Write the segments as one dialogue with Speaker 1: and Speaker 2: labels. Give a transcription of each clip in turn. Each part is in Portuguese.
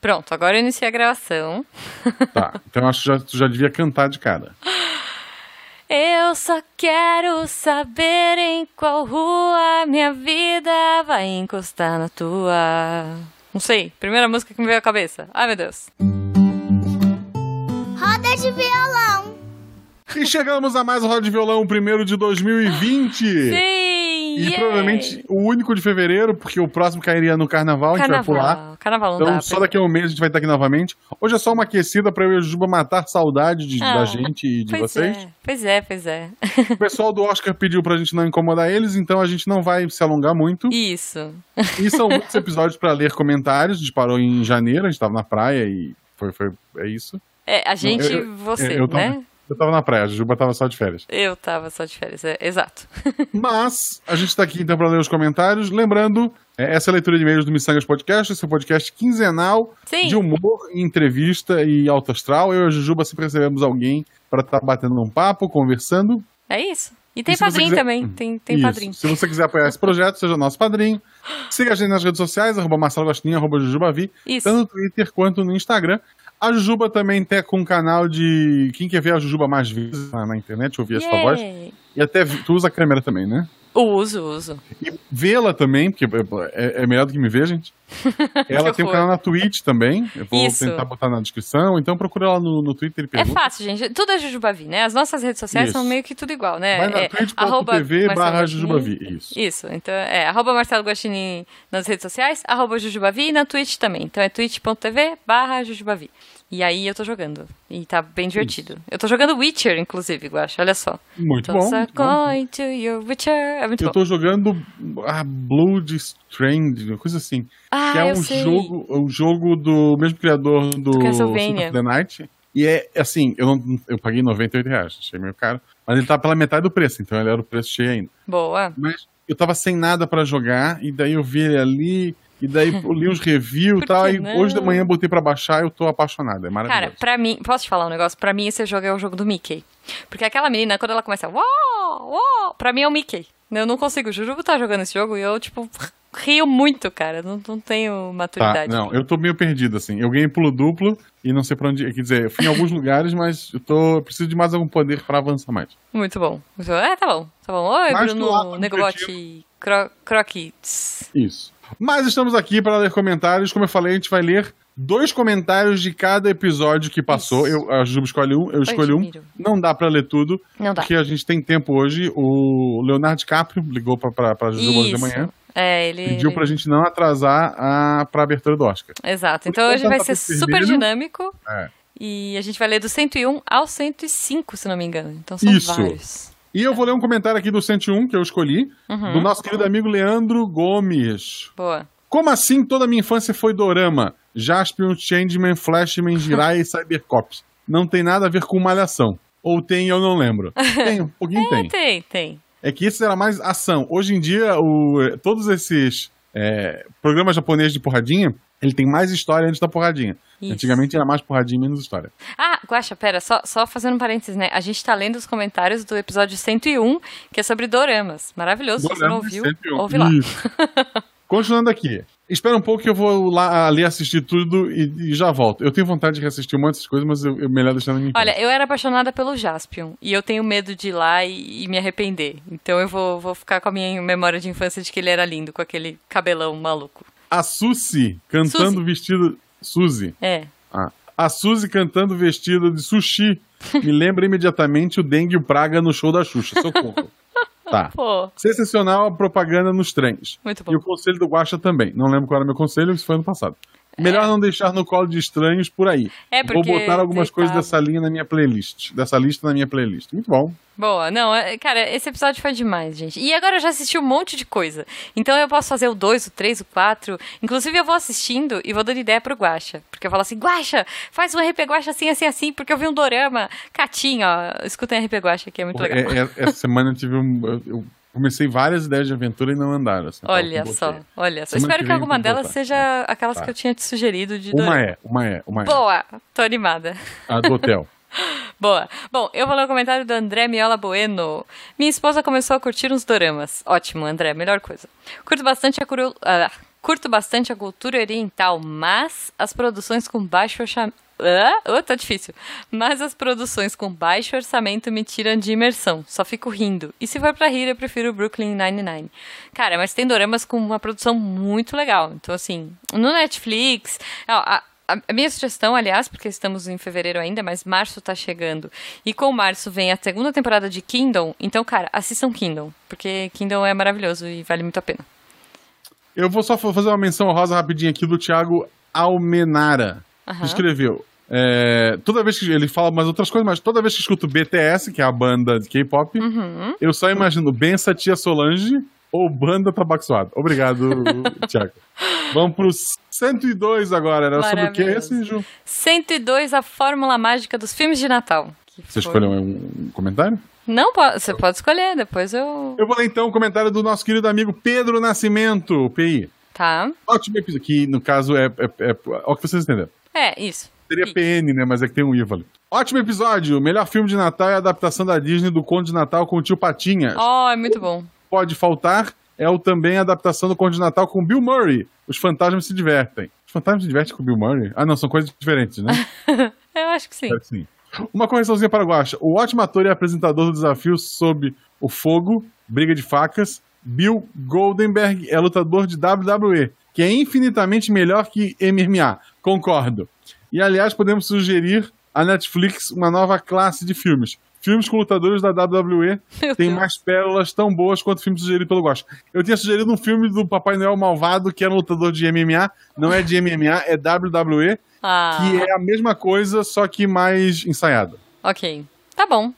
Speaker 1: Pronto, agora eu iniciei a gravação.
Speaker 2: Tá, então eu acho que já, tu já devia cantar de cara.
Speaker 1: Eu só quero saber em qual rua minha vida vai encostar na tua. Não sei, primeira música que me veio à cabeça. Ai meu Deus.
Speaker 3: Roda de violão.
Speaker 2: E chegamos a mais Roda de Violão, o primeiro de 2020.
Speaker 1: Sim!
Speaker 2: E
Speaker 1: yay!
Speaker 2: provavelmente o único de fevereiro, porque o próximo cairia no carnaval, a gente vai pular.
Speaker 1: Carnaval. Carnaval não
Speaker 2: Então,
Speaker 1: dá.
Speaker 2: só
Speaker 1: pra-
Speaker 2: daqui a um mês a gente vai estar aqui novamente. Hoje é só uma aquecida pra eu e o Juba matar saudade de-
Speaker 1: Ah,
Speaker 2: da gente e de
Speaker 1: Pois
Speaker 2: vocês.
Speaker 1: é, pois é, pois é.
Speaker 2: O pessoal do Oscar pediu pra gente não incomodar eles, então a gente não vai se alongar muito.
Speaker 1: Isso.
Speaker 2: E são muitos episódios pra ler comentários. A gente parou em janeiro, a gente tava na praia e foi, foi é isso.
Speaker 1: É, a gente,
Speaker 2: eu-
Speaker 1: você,
Speaker 2: eu tava-
Speaker 1: né?
Speaker 2: Eu tava na praia, a Juba tava só de férias.
Speaker 1: Eu tava só de férias, é, exato.
Speaker 2: Mas a gente tá aqui então pra ler os comentários. Lembrando, é, essa é a leitura de e-mails do Missangas Podcast, esse é um podcast quinzenal
Speaker 1: Sim.
Speaker 2: de humor, entrevista e alto astral. Eu e a Jujuba sempre recebemos alguém pra estar batendo um papo, conversando.
Speaker 1: É isso. E tem
Speaker 2: E se você
Speaker 1: padrinho
Speaker 2: quiser-
Speaker 1: também, tem, tem
Speaker 2: Isso.
Speaker 1: padrinho.
Speaker 2: Se você quiser apoiar esse projeto, seja nosso padrinho. Siga a gente nas redes sociais, arroba Marcelo Gostinho, arroba Jujubavi,
Speaker 1: Isso.
Speaker 2: tanto no Twitter quanto no Instagram. A Jujuba também tem com um canal de. Quem quer ver a Jujuba mais vezes na, na internet, ouvir a sua voz.
Speaker 1: Yay.
Speaker 2: E até vi- tu usa a câmera também, né?
Speaker 1: Uso, uso.
Speaker 2: E vê-la também, porque é, é melhor do que me ver, gente. Ela
Speaker 1: Que
Speaker 2: tem um
Speaker 1: horror.
Speaker 2: canal na Twitch também. Eu vou
Speaker 1: Isso.
Speaker 2: tentar botar na descrição. Então procura ela no, no Twitter e
Speaker 1: É
Speaker 2: pergunta.
Speaker 1: fácil, gente. Tudo é Jujubavi, né? As nossas redes sociais
Speaker 2: Isso.
Speaker 1: são meio que tudo igual, né?
Speaker 2: Vai na
Speaker 1: é,
Speaker 2: twitch.tv
Speaker 1: Marcelo
Speaker 2: barra
Speaker 1: Guaxinim.
Speaker 2: Jujubavi. Isso.
Speaker 1: Isso, então é arroba Marcelo Guaxinim nas redes sociais, arroba Jujubavi e na Twitch também. Então é twitch.tv barra Jujubavi. E aí eu tô jogando. E tá bem divertido. Eu tô jogando Witcher, inclusive, Guaxa. Olha só.
Speaker 2: Muito bom.
Speaker 1: Toss a
Speaker 2: muito bom.
Speaker 1: coin to your Witcher. É muito
Speaker 2: Eu
Speaker 1: bom.
Speaker 2: tô jogando a Blood Strand, uma coisa assim.
Speaker 1: Ah,
Speaker 2: que é
Speaker 1: eu
Speaker 2: um
Speaker 1: sei.
Speaker 2: jogo, um jogo do mesmo criador do,
Speaker 1: Castlevania.
Speaker 2: Symphony of the Night. E é assim, eu, não, eu paguei 98 reais, achei meio caro. Mas ele tá pela metade do preço, então ele era o preço cheio ainda.
Speaker 1: Boa.
Speaker 2: mas eu tava sem nada pra jogar, e daí eu vi ele ali, e daí eu li os reviews e
Speaker 1: Por
Speaker 2: tal,
Speaker 1: que
Speaker 2: e
Speaker 1: não?
Speaker 2: hoje de manhã eu botei pra baixar, eu tô apaixonado, é
Speaker 1: Cara,
Speaker 2: maravilhoso.
Speaker 1: pra mim, posso te falar um negócio? Pra mim, esse jogo é o jogo do Mickey. Porque aquela menina, quando ela começa, uau, uau, pra mim é o Mickey. Eu não consigo, o Jujubu tá jogando esse jogo e eu, tipo, rio muito, cara. Não, não tenho
Speaker 2: Tá,
Speaker 1: maturidade.
Speaker 2: não, eu tô meio perdido, assim. Eu ganhei pulo duplo e não sei pra onde. Quer dizer, eu fui em alguns lugares, mas eu tô. eu preciso de mais algum poder pra avançar mais.
Speaker 1: Muito bom. Muito bom. É, tá bom, tá bom. Oi,
Speaker 2: Mas um do lado
Speaker 1: Bruno,
Speaker 2: do
Speaker 1: Negobote, Cro Croquits.
Speaker 2: Isso. Mas estamos aqui para ler comentários. Como eu falei, a gente vai ler dois comentários de cada episódio que passou.
Speaker 1: Isso.
Speaker 2: Eu, a Juba escolhe um, eu escolhi um.
Speaker 1: admiro.
Speaker 2: Não dá pra ler tudo,
Speaker 1: Não dá.
Speaker 2: porque a gente tem tempo hoje. O Leonardo DiCaprio ligou pra, pra, pra Juba hoje de
Speaker 1: Isso.
Speaker 2: manhã.
Speaker 1: É, ele.
Speaker 2: Pediu
Speaker 1: ele-
Speaker 2: pra gente não atrasar a, pra abertura do Oscar.
Speaker 1: Exato. Então
Speaker 2: Então
Speaker 1: hoje vai
Speaker 2: tá
Speaker 1: ser
Speaker 2: tudo
Speaker 1: super
Speaker 2: servido.
Speaker 1: dinâmico.
Speaker 2: É.
Speaker 1: E a gente vai ler do 101 ao 105, se não me engano. Então são
Speaker 2: Isso.
Speaker 1: vários.
Speaker 2: E eu vou ler um comentário aqui do 101 que eu escolhi, do nosso querido amigo Leandro Gomes.
Speaker 1: Boa.
Speaker 2: Como assim toda a minha infância foi dorama? Jaspion, Changeman, Flashman, Jirai e Cybercops. Não tem nada a ver com malhação. Ou tem, eu não lembro. Tem, um pouquinho
Speaker 1: É,
Speaker 2: tem.
Speaker 1: tem, tem.
Speaker 2: É que isso era mais ação. Hoje em dia, o, eh, todos esses eh, programas japoneses de porradinha, ele tem mais história antes da porradinha.
Speaker 1: Isso.
Speaker 2: Antigamente era mais porradinha, menos história.
Speaker 1: Ah, Guaxa, pera, só, só fazendo um parênteses, né? A gente tá lendo os comentários do episódio 101, que é sobre doramas. Maravilhoso, se você não
Speaker 2: Dorama
Speaker 1: ouviu,
Speaker 2: sempre um.
Speaker 1: ouve lá.
Speaker 2: Isso. Continuando aqui. Espera um pouco que eu vou lá ali assistir tudo e, e já volto. Eu tenho vontade de reassistir um monte dessas coisas, mas eu, eu melhor deixar na minha casa.
Speaker 1: Olha, eu era apaixonada pelo Jaspion, e eu tenho medo de ir lá e, e me arrepender. Então eu vou, vou ficar com a minha memória de infância de que ele era lindo, com aquele cabelão maluco.
Speaker 2: A Suzy cantando
Speaker 1: Suzy.
Speaker 2: vestido. Suzy.
Speaker 1: É.
Speaker 2: Ah. A Suzy cantando vestida de sushi. Me lembra imediatamente o Dengue e o Praga no show da Xuxa. Socorro. tá.
Speaker 1: Pô,
Speaker 2: Sensacional a propaganda nos trens.
Speaker 1: muito bom.
Speaker 2: E o conselho do Guaxa também. Não lembro qual era meu conselho, isso foi ano passado. Melhor não deixar no colo de estranhos por aí.
Speaker 1: É,
Speaker 2: Vou
Speaker 1: porque
Speaker 2: botar algumas
Speaker 1: você tá
Speaker 2: coisas
Speaker 1: tava-
Speaker 2: dessa linha na minha playlist. Dessa lista na minha playlist. Muito bom.
Speaker 1: Boa, não, é- cara, esse episódio foi demais, gente. E agora eu já assisti um monte de coisa. Então eu posso fazer o 2, o 3, o 4. Inclusive eu vou assistindo e vou dando ideia pro Guaxa. Porque eu falo assim, Guaxa, faz um RP Guaxa assim, assim, assim, porque eu vi um dorama. Catinho, ó, escutem RP Guaxa que é muito
Speaker 2: Porra,
Speaker 1: legal.
Speaker 2: é- é- essa semana eu tive um. eu- Eu comecei várias ideias de aventura e não andaram. assim, tava com
Speaker 1: Olha
Speaker 2: bloqueio.
Speaker 1: só, olha só.
Speaker 2: Semana que
Speaker 1: Espero que
Speaker 2: vem eu
Speaker 1: alguma
Speaker 2: vou
Speaker 1: delas
Speaker 2: voltar.
Speaker 1: seja aquelas
Speaker 2: Tá.
Speaker 1: que eu tinha te sugerido de
Speaker 2: Uma
Speaker 1: dorama.
Speaker 2: é, uma é, uma é.
Speaker 1: Boa, tô animada.
Speaker 2: A do hotel.
Speaker 1: Boa. Bom, eu vou ler o comentário do André Miola Bueno. Minha esposa começou a curtir uns doramas. Ótimo, André, melhor coisa. Curto bastante a curiosidade. ah, Curto bastante a cultura oriental, mas as produções com baixo orçamento. Ah, oh, tá difícil. Mas as produções com baixo orçamento me tiram de imersão. Só fico rindo. E se for pra rir, eu prefiro Brooklyn Nine-Nine. Cara, mas tem doramas com uma produção muito legal. Então, assim, no Netflix. ó, a- a a minha sugestão, aliás, porque estamos em fevereiro ainda, mas março tá chegando. E com março vem a segunda temporada de Kingdom. Então, cara, assistam Kingdom. Porque Kingdom é maravilhoso e vale muito a pena.
Speaker 2: Eu vou só fa- fazer uma menção rosa rapidinho aqui do Thiago Almenara.
Speaker 1: Aham.
Speaker 2: que Escreveu. é, toda vez que ele fala umas outras coisas, mas toda vez que eu escuto BTS, que é a banda de K-pop,
Speaker 1: Uhum.
Speaker 2: eu só imagino Bença Tia Solange ou Banda Tabaco Suado. Obrigado, Thiago. Vamos pro 102 agora. Era sobre o que
Speaker 1: Maravilhoso.
Speaker 2: esse, Ju?
Speaker 1: 102, a fórmula mágica dos filmes de Natal. Que foi-
Speaker 2: Você escolheu um comentário?
Speaker 1: Não, po- você pode escolher, depois eu.
Speaker 2: Eu vou ler então o comentário do nosso querido amigo Pedro Nascimento, PI.
Speaker 1: Tá.
Speaker 2: Ótimo episódio, que no caso é, é, é, é o que vocês entenderam.
Speaker 1: É, isso.
Speaker 2: Seria
Speaker 1: Ih,
Speaker 2: PN, né? Mas é que tem um IVA ali. Ótimo episódio! Melhor filme de Natal é a adaptação da Disney do Conde de Natal com o tio Patinhas.
Speaker 1: Oh, é muito bom.
Speaker 2: Pode faltar é o também a adaptação do Conde de Natal com Bill Murray. Os fantasmas se divertem. Os fantasmas se divertem com Bill Murray? Ah, não, são coisas diferentes, né?
Speaker 1: Eu acho que sim.
Speaker 2: Espero que É sim. Uma correçãozinha para o Guaxa. O ótimo ator e apresentador do desafio sob o fogo, briga de facas, Bill Goldenberg é lutador de WWE, que é infinitamente melhor que MMA. Concordo. E, aliás, podemos sugerir à Netflix uma nova classe de filmes. Filmes com lutadores da WWE
Speaker 1: Meu
Speaker 2: têm
Speaker 1: Deus.
Speaker 2: mais pérolas tão boas quanto o filme sugerido pelo Guaxa. Eu tinha sugerido um filme do Papai Noel Malvado, que era um lutador de MMA. Não é de MMA, é WWE
Speaker 1: Ah,
Speaker 2: que é a mesma coisa, só que mais ensaiada.
Speaker 1: ok. Tá bom.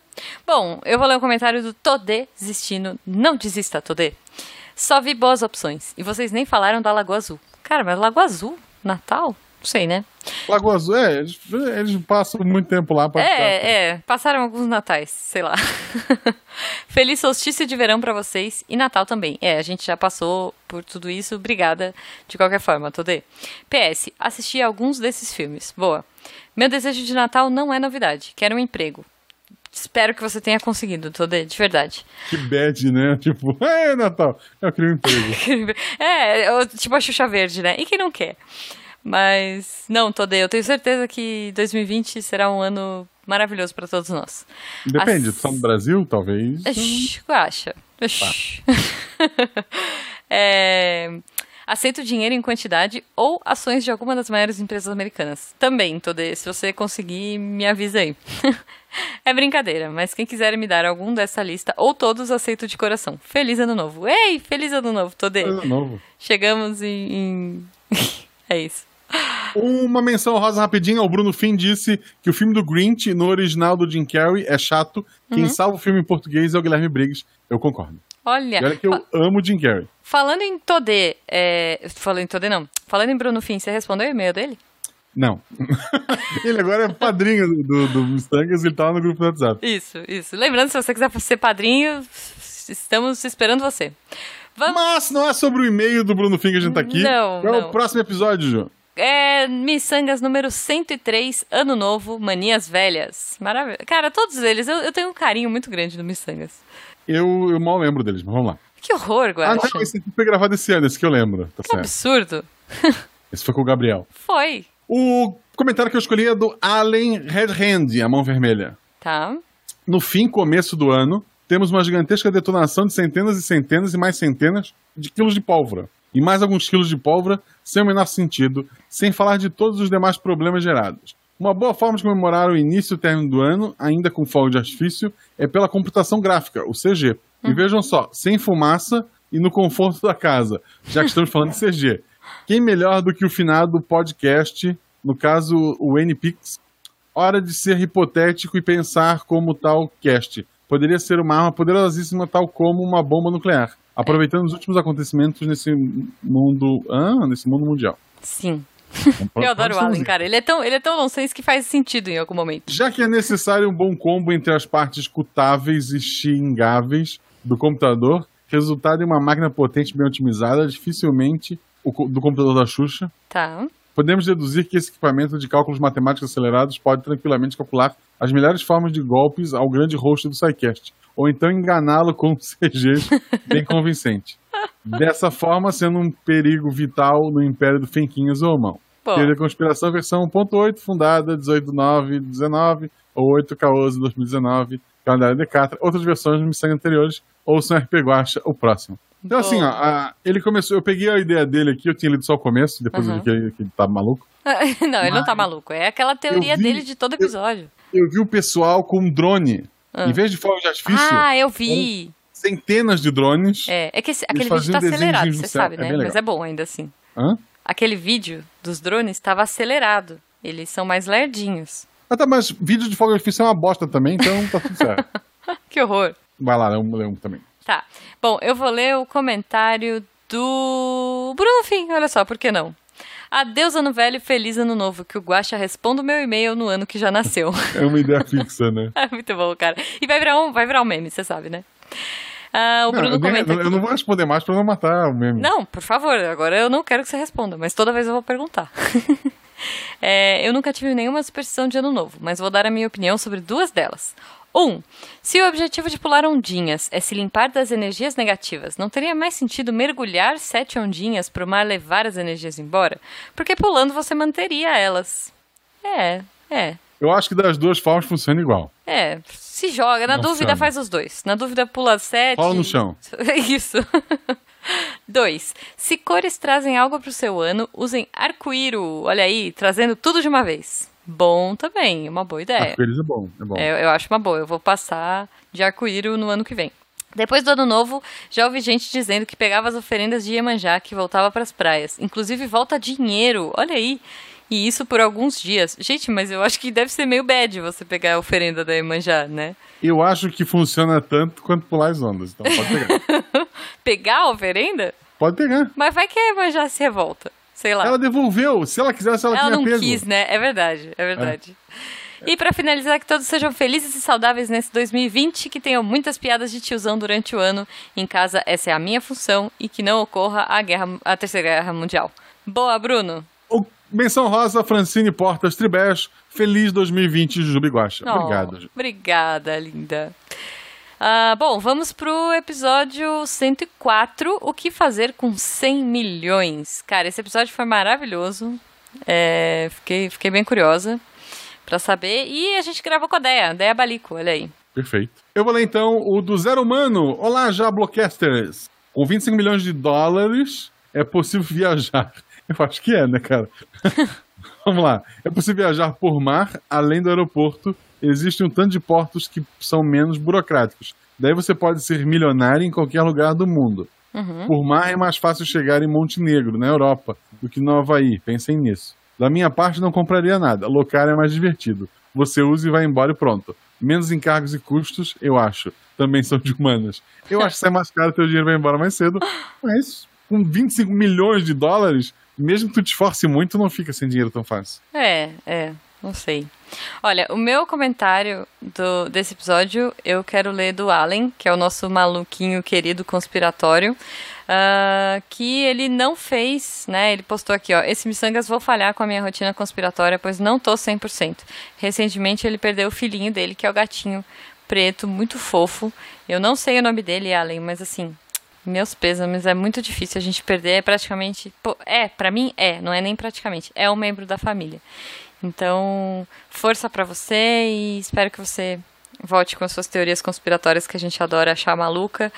Speaker 1: Bom, eu vou ler o comentário do Todê desistindo. Não desista, Todê. Só vi boas opções. E vocês nem falaram da Lagoa Azul. Cara, mas Lagoa Azul? Natal? Não sei, né?
Speaker 2: Lagoa Azul, é, eles, eles passam muito tempo lá pra ficar.
Speaker 1: É, é. Passaram alguns natais, sei lá. Feliz solstício de verão pra vocês e Natal também. É, a gente já passou por tudo isso. Obrigada de qualquer forma, Todê. PS, assisti a alguns desses filmes. Boa. Meu desejo de Natal não é novidade. Quero um emprego. Espero que você tenha conseguido, Todê, de verdade.
Speaker 2: Que bad, né? Tipo, é, Natal, eu queria um emprego.
Speaker 1: É, eu- tipo a Xuxa Verde, né? E quem não quer? Mas, não, Todê, eu tenho certeza que 2020 será um ano maravilhoso pra todos nós.
Speaker 2: Depende,
Speaker 1: Ass-
Speaker 2: tu tá no Brasil, talvez.
Speaker 1: É
Speaker 2: é
Speaker 1: Ixi, Guaxa. Ixi. É, aceito dinheiro em quantidade ou ações de alguma das maiores empresas americanas. Também, Todê, se você conseguir, me avisa aí. é brincadeira, mas quem quiser me dar algum dessa lista ou todos, aceito de coração. Feliz ano novo. Ei, feliz ano novo, Todê.
Speaker 2: Coisa nova.
Speaker 1: Chegamos em... em- é isso.
Speaker 2: Uma menção rosa rapidinha, o Bruno Fim disse que o filme do Grinch, no original do Jim Carrey, é chato.
Speaker 1: Uhum.
Speaker 2: Quem salva o filme em português é o Guilherme Briggs. Eu concordo.
Speaker 1: Olha,
Speaker 2: E olha que eu
Speaker 1: fa-
Speaker 2: amo o Jim Carrey.
Speaker 1: falando em Todê, é, falando em Todê não, falando em Bruno Fim, você respondeu o e-mail dele?
Speaker 2: Não. ele agora é padrinho do, do, do Mustangas, ele tá lá no grupo do WhatsApp.
Speaker 1: Isso, isso. Lembrando, se você quiser ser padrinho, estamos esperando você. Vamos.
Speaker 2: Mas não é sobre o e-mail do Bruno Fink que a gente tá aqui.
Speaker 1: Não,
Speaker 2: Qual É
Speaker 1: não.
Speaker 2: o próximo episódio, Ju.
Speaker 1: É, Missangas número 103, Ano Novo, Manias Velhas. Maravilha. Cara, todos eles, eu, eu tenho um carinho muito grande do Missangas.
Speaker 2: Eu, eu mal lembro deles, mas vamos lá.
Speaker 1: Que horror,
Speaker 2: Ah,
Speaker 1: Guaxa.
Speaker 2: não, esse aqui foi gravado esse ano, esse que eu lembro. Tá
Speaker 1: que
Speaker 2: certo.
Speaker 1: absurdo.
Speaker 2: Esse foi com o Gabriel.
Speaker 1: Foi,
Speaker 2: O comentário que eu escolhi é do Allen Red Hand, a mão vermelha.
Speaker 1: tá?
Speaker 2: No fim, começo do ano, temos uma gigantesca detonação de centenas e centenas e mais centenas de quilos de pólvora. E mais alguns quilos de pólvora, sem o menor sentido, sem falar de todos os demais problemas gerados. Uma boa forma de comemorar o início e o término do ano, ainda com fogo de artifício, é pela computação gráfica, o CG. E vejam só, sem fumaça e no conforto da casa, já que estamos falando de CG. Quem melhor do que o finado podcast, no caso o NPix, Hora de ser hipotético e pensar como tal cast. Poderia ser uma arma poderosíssima, tal como uma bomba nuclear. Aproveitando os últimos acontecimentos nesse mundo. Ah, nesse mundo mundial.
Speaker 1: Sim. Eu adoro o Alan, cara. Ele é tão, ele é tão nonsense que faz sentido em algum momento.
Speaker 2: Já que é necessário um bom combo entre as partes cutáveis e xingáveis do computador, resultado em uma máquina potente e bem otimizada, dificilmente o co- do computador da Xuxa,
Speaker 1: Tá.
Speaker 2: Podemos deduzir que esse equipamento de cálculos matemáticos acelerados pode tranquilamente calcular as melhores formas de golpes ao grande host do SciCast, ou então enganá-lo com um CG bem convincente. Dessa forma, sendo um perigo vital no Império do Fenquinhas ou Mão.
Speaker 1: Pô,
Speaker 2: Teoria da Conspiração versão 1.8, fundada 18 de 9 de 19, ou 8 Caoso 2019, calendário de Catra. Outras versões de missões anteriores, ou são RP Guacha, o próximo. Então,
Speaker 1: Boa.
Speaker 2: assim, ó, a- ele começou. Eu peguei a ideia dele aqui, eu tinha lido só o começo, depois eu
Speaker 1: Uhum.
Speaker 2: vi que ele, que ele tá maluco.
Speaker 1: não, ele não tá maluco. É aquela teoria
Speaker 2: Eu vi-
Speaker 1: dele de todo episódio.
Speaker 2: Eu vi o pessoal com um drone.
Speaker 1: Ah.
Speaker 2: Em vez de fogo de artifício,
Speaker 1: Ah, eu vi.
Speaker 2: centenas de drones.
Speaker 1: É, é que esse- aquele vídeo
Speaker 2: faziam
Speaker 1: tá
Speaker 2: desenhos
Speaker 1: acelerado,
Speaker 2: no
Speaker 1: você
Speaker 2: céu,
Speaker 1: sabe,
Speaker 2: é
Speaker 1: né?
Speaker 2: bem legal.
Speaker 1: Mas é bom ainda assim.
Speaker 2: Hã?
Speaker 1: Aquele vídeo dos drones estava acelerado. Eles são mais lerdinhos.
Speaker 2: Ah, tá, mas vídeo de fogo de artifício é uma bosta também, então tá tudo certo.
Speaker 1: Que horror.
Speaker 2: Vai lá, lê um, lê um também.
Speaker 1: Tá. Bom, eu vou ler o comentário do Bruno Fim. Olha só, por que não? Adeus ano velho, feliz ano novo. Que o Guaxa responda o meu e-mail no ano que já nasceu. É
Speaker 2: É uma ideia fixa, né?
Speaker 1: Muito bom, cara. E vai virar um, vai virar um meme, você sabe, né? Ah, o
Speaker 2: Não,
Speaker 1: Bruno
Speaker 2: eu, nem-
Speaker 1: comenta.
Speaker 2: eu não vou responder mais pra não matar o meme.
Speaker 1: Não, por favor, agora eu não quero que você responda, mas toda vez eu vou perguntar. É, eu nunca tive nenhuma superstição de ano novo, mas vou dar a minha opinião sobre duas delas. Um, se o objetivo de pular ondinhas é se limpar das energias negativas, não teria mais sentido mergulhar sete ondinhas para o mar levar as energias embora? Porque pulando você manteria elas. É, é,
Speaker 2: Eu acho que das duas formas funciona igual.
Speaker 1: é. Se joga, na
Speaker 2: Não
Speaker 1: dúvida
Speaker 2: sabe.
Speaker 1: faz os dois. Na dúvida pula sete. É
Speaker 2: Rola no chão.
Speaker 1: Isso. Dois. Se cores trazem algo pro seu ano, usem arco-íro. Olha aí, trazendo tudo de uma vez. Bom também, uma boa ideia.
Speaker 2: Arco-íris é bom, é bom.
Speaker 1: É, eu acho uma boa. Eu vou passar de arco-íro no ano que vem. Depois do ano novo, já ouvi gente dizendo que pegava as oferendas de Iemanjá que voltava pras praias. Inclusive, volta dinheiro. Olha aí. E isso por alguns dias. Gente, mas eu acho que deve ser meio bad você pegar a oferenda da Iemanjá, né?
Speaker 2: Eu acho que funciona tanto quanto pular as ondas. Então pode pegar.
Speaker 1: Pegar a oferenda?
Speaker 2: pode pegar.
Speaker 1: Mas vai que a Iemanjá se revolta. Sei lá.
Speaker 2: Ela devolveu. Se ela quisesse, ela,
Speaker 1: Ela
Speaker 2: tinha É.
Speaker 1: não
Speaker 2: pego.
Speaker 1: quis, né? É verdade, é verdade. E pra finalizar, que todos sejam felizes e saudáveis nesse 2020, que tenham muitas piadas de tiozão durante o ano. Em casa, essa é a minha função e que não ocorra a, guerra, a Terceira Guerra Mundial. Boa, Bruno!
Speaker 2: O- Menção Rosa, Francine Portas Tribés. Feliz 2020, Jujuba Guaxa.
Speaker 1: Oh,
Speaker 2: Obrigado. Ju.
Speaker 1: Obrigada, linda. Ah, bom, vamos pro episódio 104, o que fazer com 100 milhões. Cara, esse episódio foi maravilhoso. É, fiquei, fiquei bem curiosa pra saber. E a gente gravou com a Deia, Deia Balico, olha aí.
Speaker 2: Perfeito. Eu vou ler então o do Zero Humano. Olá, Jablocasters. Com 25 milhões de dólares, é possível viajar. Eu acho que é, né, cara? Vamos lá. É possível viajar por mar, além do aeroporto. Existe um tanto de portos que são menos burocráticos. Daí você pode ser milionário em qualquer lugar do mundo.
Speaker 1: Hum?
Speaker 2: Por mar é mais fácil chegar em Montenegro, na Europa, do que no Havaí. Pensem nisso. Da minha parte, não compraria nada. Locar é mais divertido. Você usa e vai embora e pronto. Menos encargos e custos, eu acho. Também são de humanas. Eu acho que sai mais caro, teu dinheiro vai embora mais cedo. Mas, com 25 milhões de dólares, mesmo que tu te esforce muito, não fica sem dinheiro tão fácil.
Speaker 1: É, é, não sei. Olha, o meu comentário do, desse episódio eu quero ler do Allen, que é o nosso maluquinho querido conspiratório, ah, que ele não fez, né? Ele postou aqui, ó, esse miçangas vou falhar com a minha rotina conspiratória, pois não tô 100%. Recentemente ele perdeu o filhinho dele, que é o gatinho preto, muito fofo. Eu não sei o nome dele, Allen, mas assim, meus pêsames, é muito difícil a gente perder, é praticamente, pô, é, pra mim é, não é nem praticamente, é um membro da família. Então, força pra você e espero que você volte com as suas teorias conspiratórias que a gente adora achar maluca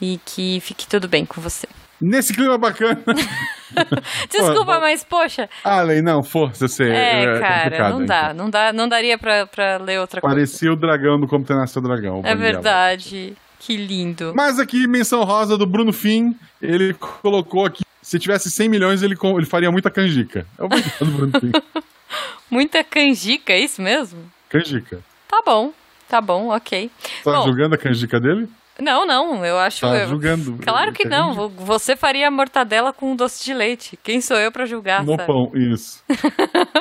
Speaker 1: e que fique tudo bem com você.
Speaker 2: Nesse clima bacana.
Speaker 1: Desculpa,
Speaker 2: bom.
Speaker 1: mas poxa,
Speaker 2: Além, não, força, você.
Speaker 1: é, cara,
Speaker 2: complicado,
Speaker 1: não
Speaker 2: hein?
Speaker 1: dá, não dá, não daria pra, pra ler outra coisa.
Speaker 2: Parecia o dragão do Como Treinar Seu Dragão.
Speaker 1: É
Speaker 2: Banguela.
Speaker 1: verdade. Que lindo.
Speaker 2: Mas aqui, menção rosa do Bruno Fim, ele colocou aqui. Se tivesse 100 milhões, ele, co- ele faria muita canjica. Obrigado, Bruno Fim.
Speaker 1: Muita canjica, é isso mesmo?
Speaker 2: Canjica.
Speaker 1: Tá bom. Tá bom, ok.
Speaker 2: Tá
Speaker 1: Bom.
Speaker 2: julgando a canjica dele?
Speaker 1: Não, não, eu acho.
Speaker 2: Tá
Speaker 1: eu-
Speaker 2: julgando. é
Speaker 1: Claro que não.
Speaker 2: Canjica
Speaker 1: vo- Você faria mortadela com um doce de leite. Quem sou eu pra julgar?
Speaker 2: No
Speaker 1: sabe?
Speaker 2: pão, isso.
Speaker 1: É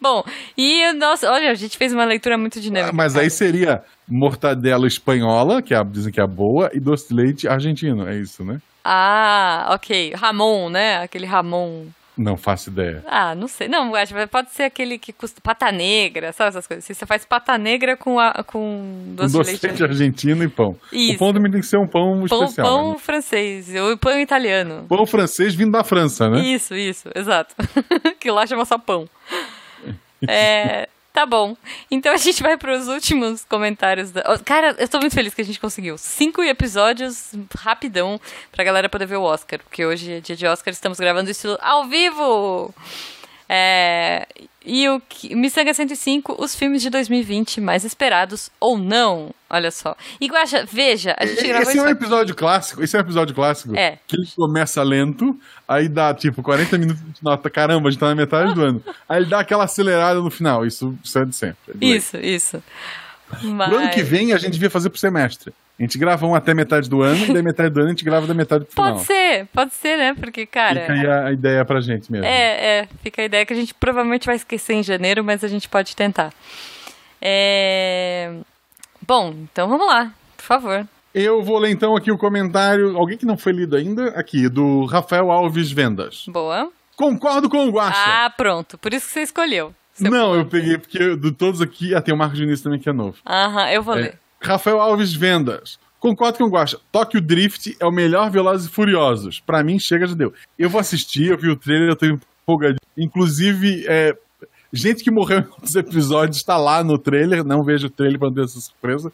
Speaker 1: Bom, e nossa, olha, a gente fez uma leitura muito dinâmica.
Speaker 2: Ah, Mas
Speaker 1: cara.
Speaker 2: aí seria mortadela espanhola, que é a- dizem que é a boa, e doce de leite argentino. É isso, né?
Speaker 1: Ah, ok. Ramon, né? Aquele Ramon.
Speaker 2: Não faço ideia.
Speaker 1: Ah, não sei. Não, Guaxa, mas pode ser aquele que custa pata negra, sabe essas coisas? Se você faz pata negra com, a, com
Speaker 2: Um
Speaker 1: doce,
Speaker 2: doce
Speaker 1: de leite.
Speaker 2: de argentino e pão.
Speaker 1: Isso.
Speaker 2: O pão também tem que ser um pão,
Speaker 1: Pão,
Speaker 2: especial.
Speaker 1: pão
Speaker 2: né?
Speaker 1: francês, ou pão italiano.
Speaker 2: Pão francês vindo da França, né?
Speaker 1: Isso, isso, exato. que lá chama só pão. É, tá bom. Então a gente vai pros últimos comentários. Da... Ó, Cara, eu tô muito feliz que a gente conseguiu. Cinco episódios rapidão pra galera poder ver o Oscar. Porque hoje é dia de Oscar, estamos gravando isso ao vivo! É, e o que- Missanga 105, os filmes de 2020 mais esperados ou não. Olha só. E Guaxa, veja, a gente gravou
Speaker 2: Esse é
Speaker 1: isso.
Speaker 2: um episódio clássico. Esse é um episódio clássico.
Speaker 1: É.
Speaker 2: Que ele começa lento, aí dá tipo 40 minutos de nota. Caramba, a gente tá na metade do ano. Aí ele dá aquela acelerada no final. Isso, isso é de sempre. É do
Speaker 1: Isso, isso. Mas...
Speaker 2: Pro ano que vem a gente devia fazer pro semestre. A gente grava um até metade do ano, e da metade do ano a gente grava da metade pro final.
Speaker 1: Pode ser, pode ser, né? Porque, cara.
Speaker 2: Fica aí a, a ideia pra gente mesmo.
Speaker 1: É, é, fica a ideia que a gente provavelmente vai esquecer em janeiro, mas a gente pode tentar. É... Bom, então vamos lá, por favor.
Speaker 2: Eu vou ler então aqui o comentário, alguém que não foi lido ainda, aqui, do Rafael Alves Vendas.
Speaker 1: Boa.
Speaker 2: Concordo com o Guaxa.
Speaker 1: Ah, pronto. Por isso que você escolheu. Seu-
Speaker 2: não, eu peguei, porque eu- de todos aqui, ah, tem o Marcos Vinícius também que é novo.
Speaker 1: Aham, eu vou
Speaker 2: É.
Speaker 1: ler.
Speaker 2: Rafael Alves Vendas. Concordo com o Guaxa. Tóquio Drift é o melhor Velozes e Furiosos. Pra mim, chega, já deu. Eu vou assistir, eu vi o trailer, eu tô empolgadinho. Inclusive, é, gente que morreu em outros episódios tá lá no trailer. Não vejo o trailer pra não ter essa surpresa.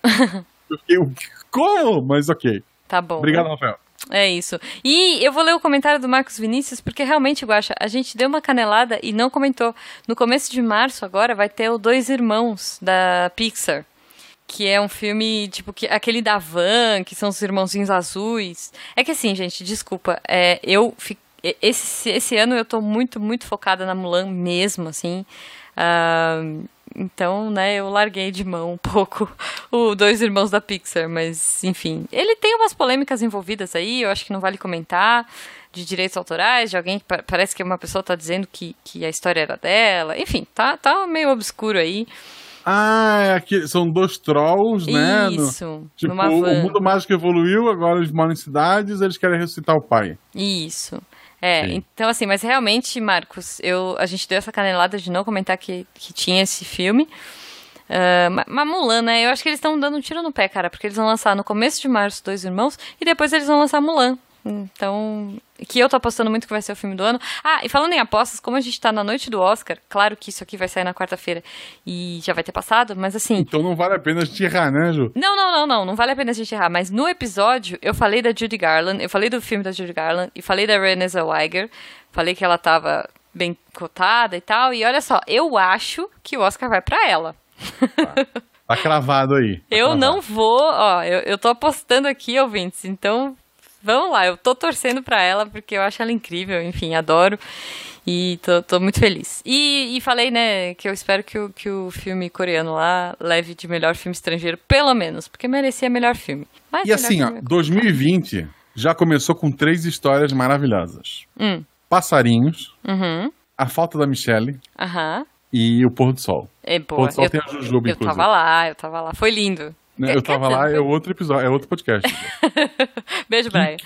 Speaker 2: eu fiquei, "O quê? como? Mas ok.
Speaker 1: Tá bom.
Speaker 2: Obrigado, Rafael.
Speaker 1: É isso. E eu vou ler o comentário do Marcos Vinícius, porque realmente, Guaxa, a gente deu uma canelada e não comentou. No começo de março, agora, vai ter o Dois Irmãos, da Pixar. Que é um filme, tipo, que, aquele da Van, que são os irmãozinhos azuis. É que assim, gente, desculpa. é, eu fi- e- esse, esse ano eu tô muito, muito focada na Mulan mesmo, assim. Ah, então, né, eu larguei de mão um pouco o Dois Irmãos da Pixar, mas enfim. Ele tem umas polêmicas envolvidas aí, eu acho que não vale comentar, de direitos autorais, de alguém que pa- parece que uma pessoa tá dizendo que, que a história era dela. Enfim, tá, tá meio obscuro aí.
Speaker 2: Ah, é aqui, são dois trolls, né? no-
Speaker 1: Isso,
Speaker 2: tipo,
Speaker 1: numa
Speaker 2: o,
Speaker 1: van.
Speaker 2: o mundo mágico evoluiu, agora eles moram em cidades, eles querem ressuscitar o pai.
Speaker 1: Isso. É,
Speaker 2: Sim.
Speaker 1: então assim, mas realmente, Marcos, eu, a gente deu essa canelada de não comentar que, que tinha esse filme. Ah, ma- mas Mulan, né? Eu acho que eles estão dando um tiro no pé, cara, porque eles vão lançar no começo de março Dois Irmãos e depois eles vão lançar Mulan. Então, que eu tô apostando muito que vai ser o filme do ano. Ah, e falando em apostas, como a gente tá na noite do Oscar, claro que isso aqui vai sair na quarta-feira e já vai ter passado, mas assim,
Speaker 2: Então não vale a pena a gente errar, né, Ju?
Speaker 1: não, não, não, não. Não vale a pena a gente errar. Mas no episódio, eu falei da Judy Garland, eu falei do filme da Judy Garland e falei da Renée Zellweger. Falei que ela tava bem cotada e tal. E olha só, eu acho que o Oscar vai pra ela.
Speaker 2: Tá cravado aí. Tá
Speaker 1: Eu
Speaker 2: cravado.
Speaker 1: não vou, ó, eu, eu tô apostando aqui, ouvintes, então vamos lá, eu tô torcendo pra ela porque eu acho ela incrível, enfim, adoro e tô, tô muito feliz. E, e falei, né, que eu espero que o, que o filme coreano lá leve de melhor filme estrangeiro, pelo menos, porque merecia melhor filme. Mas
Speaker 2: E
Speaker 1: É melhor
Speaker 2: assim, ó,
Speaker 1: filme-
Speaker 2: 2020 já começou com três histórias maravilhosas:
Speaker 1: Hum,
Speaker 2: Passarinhos,
Speaker 1: uhum,
Speaker 2: A Falta da Michelle
Speaker 1: aham,
Speaker 2: e O Pôr do Sol.
Speaker 1: é
Speaker 2: Pôr
Speaker 1: boa.
Speaker 2: do Sol
Speaker 1: Eu,
Speaker 2: tem a Jujuba,
Speaker 1: eu
Speaker 2: inclusive.
Speaker 1: tava lá, eu tava lá, foi lindo.
Speaker 2: Né, Eu
Speaker 1: Quer-
Speaker 2: tava
Speaker 1: quer
Speaker 2: lá,
Speaker 1: dizer,
Speaker 2: é outro episódio, é outro podcast.
Speaker 1: Beijo, Brian.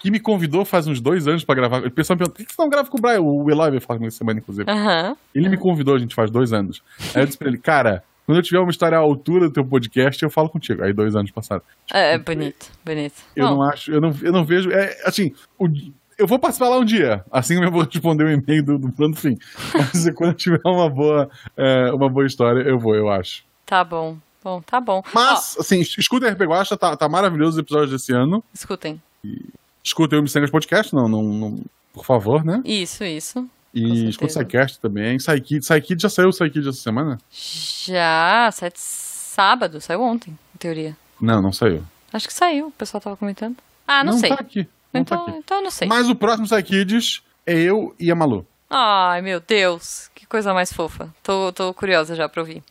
Speaker 2: que me convidou faz uns dois anos pra gravar. O pessoal me pergunta: por que você não grava com o Brian? O Eloy veio falar comigo essa semana, inclusive.
Speaker 1: Aham.
Speaker 2: Ele me convidou, a gente faz dois anos. Aí eu disse pra ele: cara, quando eu tiver uma história à altura do teu podcast, eu falo contigo. Aí dois anos passaram.
Speaker 1: É, é bonito, bonito.
Speaker 2: Eu
Speaker 1: Bom,
Speaker 2: não acho, eu não, eu não vejo. É, assim, o- eu vou participar lá um dia. Assim eu vou responder o e-mail do, do plano fim. Mas quando eu tiver uma boa, é, uma boa história, eu vou, eu acho.
Speaker 1: tá bom. Bom, tá bom.
Speaker 2: Mas, assim, escuta RP Guacha, tá, tá maravilhoso os episódios desse ano.
Speaker 1: Ó, escutem.
Speaker 2: Escuta o Missangas Podcast, não, não, não- por favor, né?
Speaker 1: Isso, isso.
Speaker 2: E
Speaker 1: certeza.
Speaker 2: escuta o SciCast também. SciKid, SciKid já saiu o SciKid essa semana?
Speaker 1: Já, sete sábado, saiu ontem, em teoria.
Speaker 2: Não, não saiu.
Speaker 1: Acho que saiu, o pessoal tava comentando. Ah, não, sei.
Speaker 2: tá aqui. Não
Speaker 1: então,
Speaker 2: tá aqui.
Speaker 1: então eu não sei.
Speaker 2: Mas o próximo SciKids é eu e a Malu.
Speaker 1: Ai, meu Deus, que coisa mais fofa. Tô, tô curiosa já pra ouvir.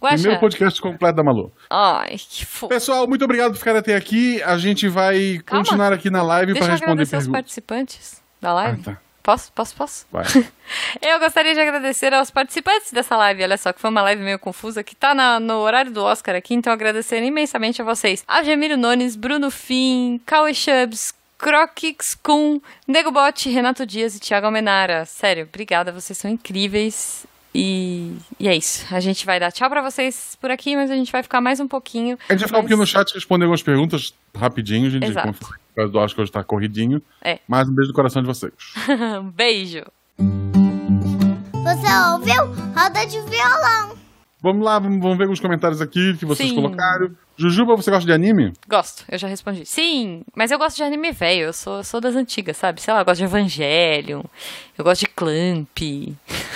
Speaker 1: Guaxa,
Speaker 2: Primeiro podcast completo da Malu.
Speaker 1: ai, que fofo.
Speaker 2: Pessoal, muito obrigado por ficar até aqui. A gente vai
Speaker 1: Calma.
Speaker 2: continuar aqui na live
Speaker 1: Deixa
Speaker 2: para
Speaker 1: eu
Speaker 2: responder
Speaker 1: agradecer aos
Speaker 2: perguntas.
Speaker 1: participantes da live.
Speaker 2: Ah, tá.
Speaker 1: Posso, posso, posso?
Speaker 2: Vai.
Speaker 1: Eu gostaria de agradecer aos participantes dessa live, olha só, que foi uma live meio confusa, que tá na- no horário do Oscar aqui, então agradecer imensamente a vocês. A Gemílio Nunes, Bruno Fim, Cauê Chubbs, Croquix Kun, Negobot, Renato Dias e Thiago Almenara. Sério, obrigada, vocês são incríveis. E, e é isso. A gente vai dar tchau pra vocês por aqui, mas a gente vai ficar mais um pouquinho.
Speaker 2: A gente vai ficar
Speaker 1: Mas-
Speaker 2: um pouquinho no chat responder algumas perguntas rapidinho, gente.
Speaker 1: Exato.
Speaker 2: como Por causa do Oscar hoje tá corridinho.
Speaker 1: É.
Speaker 2: Mas um beijo no coração de vocês.
Speaker 1: Um beijo.
Speaker 3: Você ouviu? Roda de violão.
Speaker 2: vamos lá, vamos, vamos ver alguns comentários aqui que vocês
Speaker 1: Sim.
Speaker 2: colocaram. Jujuba, você gosta de anime?
Speaker 1: Gosto, eu já respondi. Sim, mas eu gosto de anime velho, eu sou, sou das antigas, sabe? Sei lá, eu gosto de Evangelion, eu gosto de Clamp.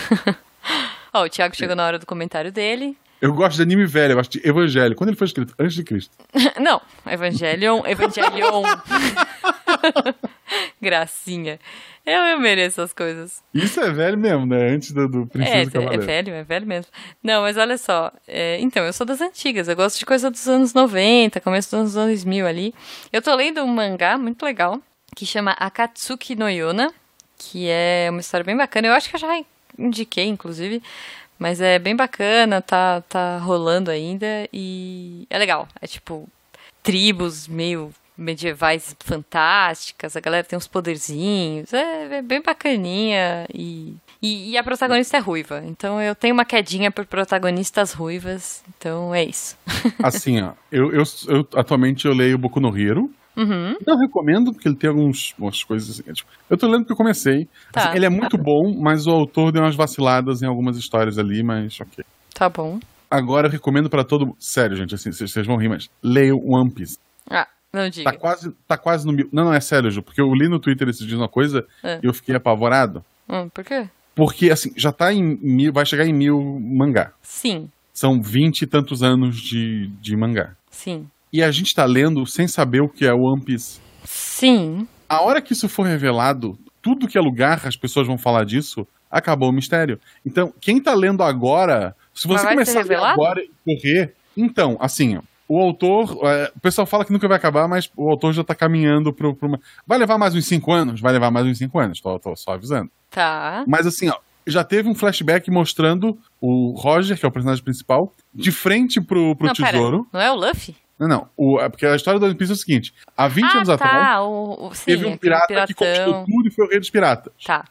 Speaker 1: Ó, o Thiago chegou na hora do comentário dele.
Speaker 2: Eu gosto de anime velho, eu gosto de Evangelho. Quando ele foi escrito? Antes de Cristo.
Speaker 1: Não, Evangelion, Evangelion. Gracinha. Eu, eu mereço as coisas.
Speaker 2: Isso é velho mesmo, né? Antes do, do Princesa
Speaker 1: É,
Speaker 2: e
Speaker 1: é
Speaker 2: Cavaleiro.
Speaker 1: velho, é velho mesmo. Não, mas olha só. é, então, eu sou das antigas. Eu gosto de coisa dos anos 90, começo dos anos 2000 ali. Eu tô lendo um mangá muito legal que chama Akatsuki no Yona, que é uma história bem bacana. Eu acho que eu já indiquei, inclusive. Mas é bem bacana, tá, tá rolando ainda e é legal. É tipo tribos meio medievais fantásticas, a galera tem uns poderzinhos, é, é bem bacaninha e, e, e a protagonista é ruiva, então eu tenho uma quedinha por protagonistas ruivas, então é isso.
Speaker 2: Assim, ó, eu, eu, eu- atualmente eu leio Boku no Hero.
Speaker 1: Uhum.
Speaker 2: Não recomendo, porque ele tem alguns, algumas coisas assim. é, tipo, eu tô lendo porque eu comecei.
Speaker 1: Tá.
Speaker 2: Assim, ele é muito bom, mas o autor deu umas vaciladas em algumas histórias ali, mas ok.
Speaker 1: Tá bom.
Speaker 2: Agora eu recomendo pra todo mundo. Sério, gente, assim, vocês vocês vão rir, mas leiam One Piece.
Speaker 1: Ah, não
Speaker 2: Tá
Speaker 1: diga.
Speaker 2: quase, tá quase no mil. Não, não, é sério, Ju, porque eu li no Twitter esses dias uma coisa
Speaker 1: É.
Speaker 2: e eu fiquei apavorado.
Speaker 1: Hum, por quê?
Speaker 2: Porque, assim, já tá em mil. Vai chegar em mil mangá.
Speaker 1: Sim,
Speaker 2: São vinte e tantos anos de, de mangá.
Speaker 1: sim,
Speaker 2: E a gente tá lendo sem saber o que é One Piece.
Speaker 1: sim.
Speaker 2: A hora que isso for revelado, tudo que é lugar, as pessoas vão falar disso, acabou o mistério. Então, quem tá lendo agora, se
Speaker 1: Mas
Speaker 2: você
Speaker 1: vai ser
Speaker 2: começar a ler
Speaker 1: revelado?
Speaker 2: agora e correr. Então, assim, ó, o autor. é, o pessoal fala que nunca vai acabar, mas o autor já tá caminhando pro. pro uma- Vai levar mais uns cinco anos? Vai levar mais uns cinco anos, tô, tô só avisando.
Speaker 1: Tá.
Speaker 2: Mas assim, ó, já teve um flashback mostrando o Roger, que é o personagem principal, de frente pro, pro
Speaker 1: não, pera,
Speaker 2: tesouro.
Speaker 1: não é o Luffy?
Speaker 2: Não, não. O, é porque a história do One Piece é o seguinte: há 20
Speaker 1: ah,
Speaker 2: anos
Speaker 1: tá,
Speaker 2: atrás.
Speaker 1: o, o, sim,
Speaker 2: Teve um
Speaker 1: aquele
Speaker 2: pirata que conquistou
Speaker 1: piratão.
Speaker 2: tudo e foi o rei dos piratas.
Speaker 1: Tá.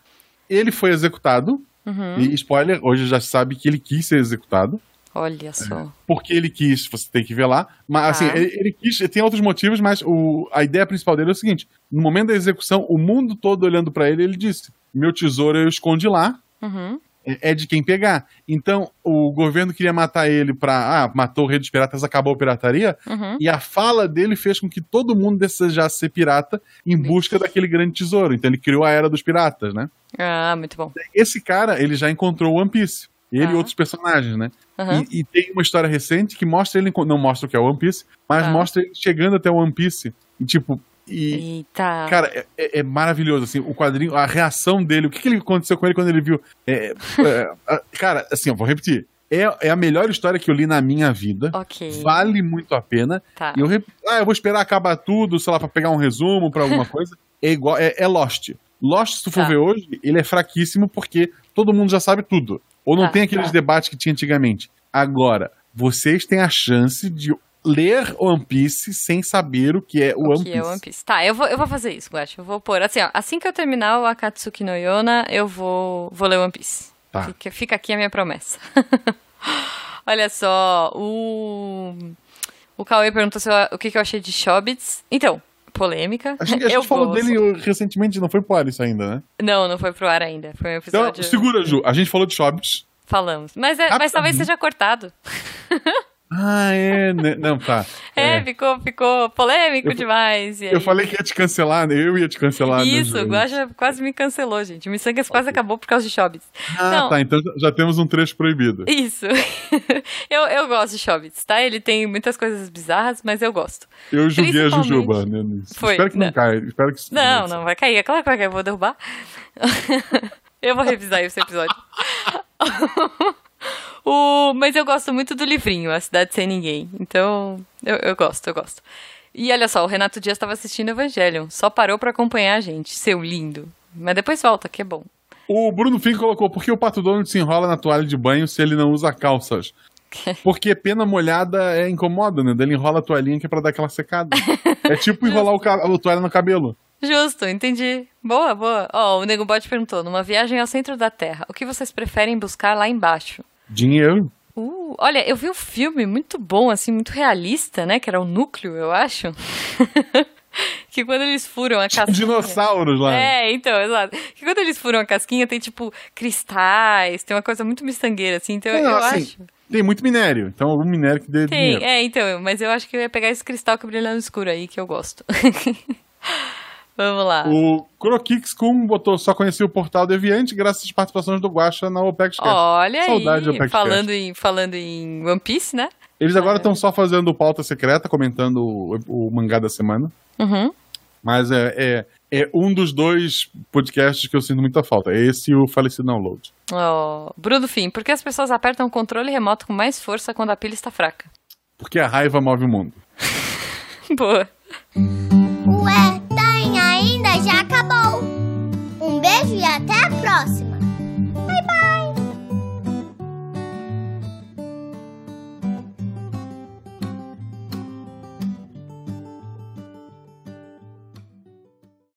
Speaker 2: Ele foi executado,
Speaker 1: Uhum.
Speaker 2: e spoiler, hoje já se sabe que ele quis ser executado.
Speaker 1: Olha só.
Speaker 2: Porque ele quis, você tem que ver lá. Mas
Speaker 1: Tá.
Speaker 2: assim, ele, ele quis, tem outros motivos, mas o- a ideia principal dele é o seguinte: no momento da execução, o mundo todo olhando pra ele, ele disse: Meu tesouro eu escondi lá,
Speaker 1: Uhum.
Speaker 2: é é de quem pegar. Então, o governo queria matar ele pra. Ah, matou o rei dos piratas, acabou a pirataria.
Speaker 1: Uhum.
Speaker 2: E a fala dele fez com que todo mundo desejasse ser pirata em busca daquele grande tesouro. Então ele criou a Era dos Piratas, né?
Speaker 1: Ah, muito bom.
Speaker 2: Esse cara, ele já encontrou o One Piece. Ele e
Speaker 1: Ah.
Speaker 2: outros personagens, né?
Speaker 1: Uhum.
Speaker 2: E, e tem uma história recente que mostra ele... encon- Não mostra o que é o One Piece, mas
Speaker 1: Ah.
Speaker 2: mostra ele chegando até o One Piece. E, tipo... E,
Speaker 1: Eita.
Speaker 2: cara, é- é, é maravilhoso, assim, o quadrinho, a reação dele, o que, que ele aconteceu com ele quando ele viu... É, é, a- cara, assim, eu vou repetir. É, é a melhor história que eu li na minha vida.
Speaker 1: Ok.
Speaker 2: Vale muito a pena.
Speaker 1: Tá.
Speaker 2: E eu, rep- ah, eu vou esperar acabar tudo, sei lá, pra pegar um resumo, pra alguma coisa. É igual, é, é Lost. Lost, se tu for
Speaker 1: Tá.
Speaker 2: ver hoje, ele é fraquíssimo porque todo mundo já sabe tudo. Ou não
Speaker 1: Tá,
Speaker 2: tem aqueles
Speaker 1: tá.
Speaker 2: debates que tinha antigamente. Agora, vocês têm a chance de ler One Piece sem saber o que é o, One,
Speaker 1: que
Speaker 2: Piece.
Speaker 1: é One Piece. Tá, eu vou, eu vou fazer isso, Guacha. Eu vou pôr. Assim, ó, assim que eu terminar o Akatsuki no Yona, eu vou, vou ler One Piece.
Speaker 2: Tá.
Speaker 1: Fica, fica aqui a minha promessa. Olha só, o. O Cauê perguntou se eu- o que, que eu achei de Shobits. Então, polêmica.
Speaker 2: A gente, a
Speaker 1: eu
Speaker 2: gente falou
Speaker 1: gosto.
Speaker 2: dele recentemente, não foi pro ar isso ainda, né?
Speaker 1: Não, não foi pro ar ainda. Foi um
Speaker 2: Então,
Speaker 1: episódio.
Speaker 2: segura, Ju. A gente falou de Hobbits.
Speaker 1: Falamos. Mas, é- mas talvez seja cortado.
Speaker 2: Ah, é, né? Não, tá.
Speaker 1: É,
Speaker 2: É.
Speaker 1: ficou, ficou polêmico demais. E aí-
Speaker 2: Eu falei que ia te cancelar, né? Eu ia te cancelar. né,
Speaker 1: Isso,
Speaker 2: Ju?
Speaker 1: o Guacha quase me cancelou, gente. O Missangas quase acabou por causa de Shobits.
Speaker 2: Ah,
Speaker 1: Não.
Speaker 2: tá. Então já temos um trecho proibido.
Speaker 1: Isso. eu, eu gosto de Shobits, tá? Ele tem muitas coisas bizarras, mas eu gosto.
Speaker 2: Eu julguei a
Speaker 1: Principalmente-
Speaker 2: Jujuba, né? nisso.
Speaker 1: Foi,
Speaker 2: Espero que não,
Speaker 1: não.
Speaker 2: caia. Espero que isso-
Speaker 1: Não, não vai cair. É claro que vai cair, eu vou derrubar. eu vou revisar esse episódio. o, mas eu gosto muito do livrinho, A Cidade Sem Ninguém. Então, eu, eu gosto, eu gosto. E olha só, o Renato Dias estava assistindo Evangelion. Só parou pra acompanhar a gente, seu lindo. Mas depois volta, que é bom.
Speaker 2: O Bruno Fim colocou: por que o Pato Donald se enrola na toalha de banho se ele não usa calças? Porque pena molhada é incomoda, né? Daí Ele enrola a toalhinha que é pra dar aquela secada. É tipo enrolar o, ca- a toalha no cabelo.
Speaker 1: Justo, entendi. Boa, boa. Ó, o Nego Bode perguntou, numa viagem ao centro da Terra, o que vocês preferem buscar lá embaixo?
Speaker 2: Dinheiro.
Speaker 1: Uh, olha, eu vi um filme muito bom, assim, muito realista, né? Que era o Núcleo, eu acho. que quando eles furam a
Speaker 2: um
Speaker 1: casquinha...
Speaker 2: Dinossauros lá.
Speaker 1: É, então, exato. Que quando eles furam a casquinha, tem, tipo, cristais, tem uma coisa muito mistangueira, assim. Então,
Speaker 2: Não,
Speaker 1: eu
Speaker 2: assim,
Speaker 1: acho...
Speaker 2: Tem muito minério. Então, algum minério que dê
Speaker 1: Tem,
Speaker 2: dinheiro.
Speaker 1: é, então, mas eu acho que eu ia pegar esse cristal que brilha no escuro aí, que eu gosto. Vamos lá.
Speaker 2: O Croquix Kun botou só conheci o portal Deviante graças às participações do Guaxa na OPEX
Speaker 1: Olha
Speaker 2: Saudade do
Speaker 1: aí,
Speaker 2: Packcast.
Speaker 1: falando em, falando em One Piece, né?
Speaker 2: Eles agora estão só fazendo pauta secreta, comentando o, o mangá da semana.
Speaker 1: Uhum.
Speaker 2: Mas é, é, é um dos dois podcasts que eu sinto muita falta. É esse e o falecido download.
Speaker 1: Ó, Bruno Fim, por que as pessoas apertam o controle remoto com mais força quando a pilha está fraca?
Speaker 2: Porque a raiva move o mundo.
Speaker 1: Boa.
Speaker 3: tá, Um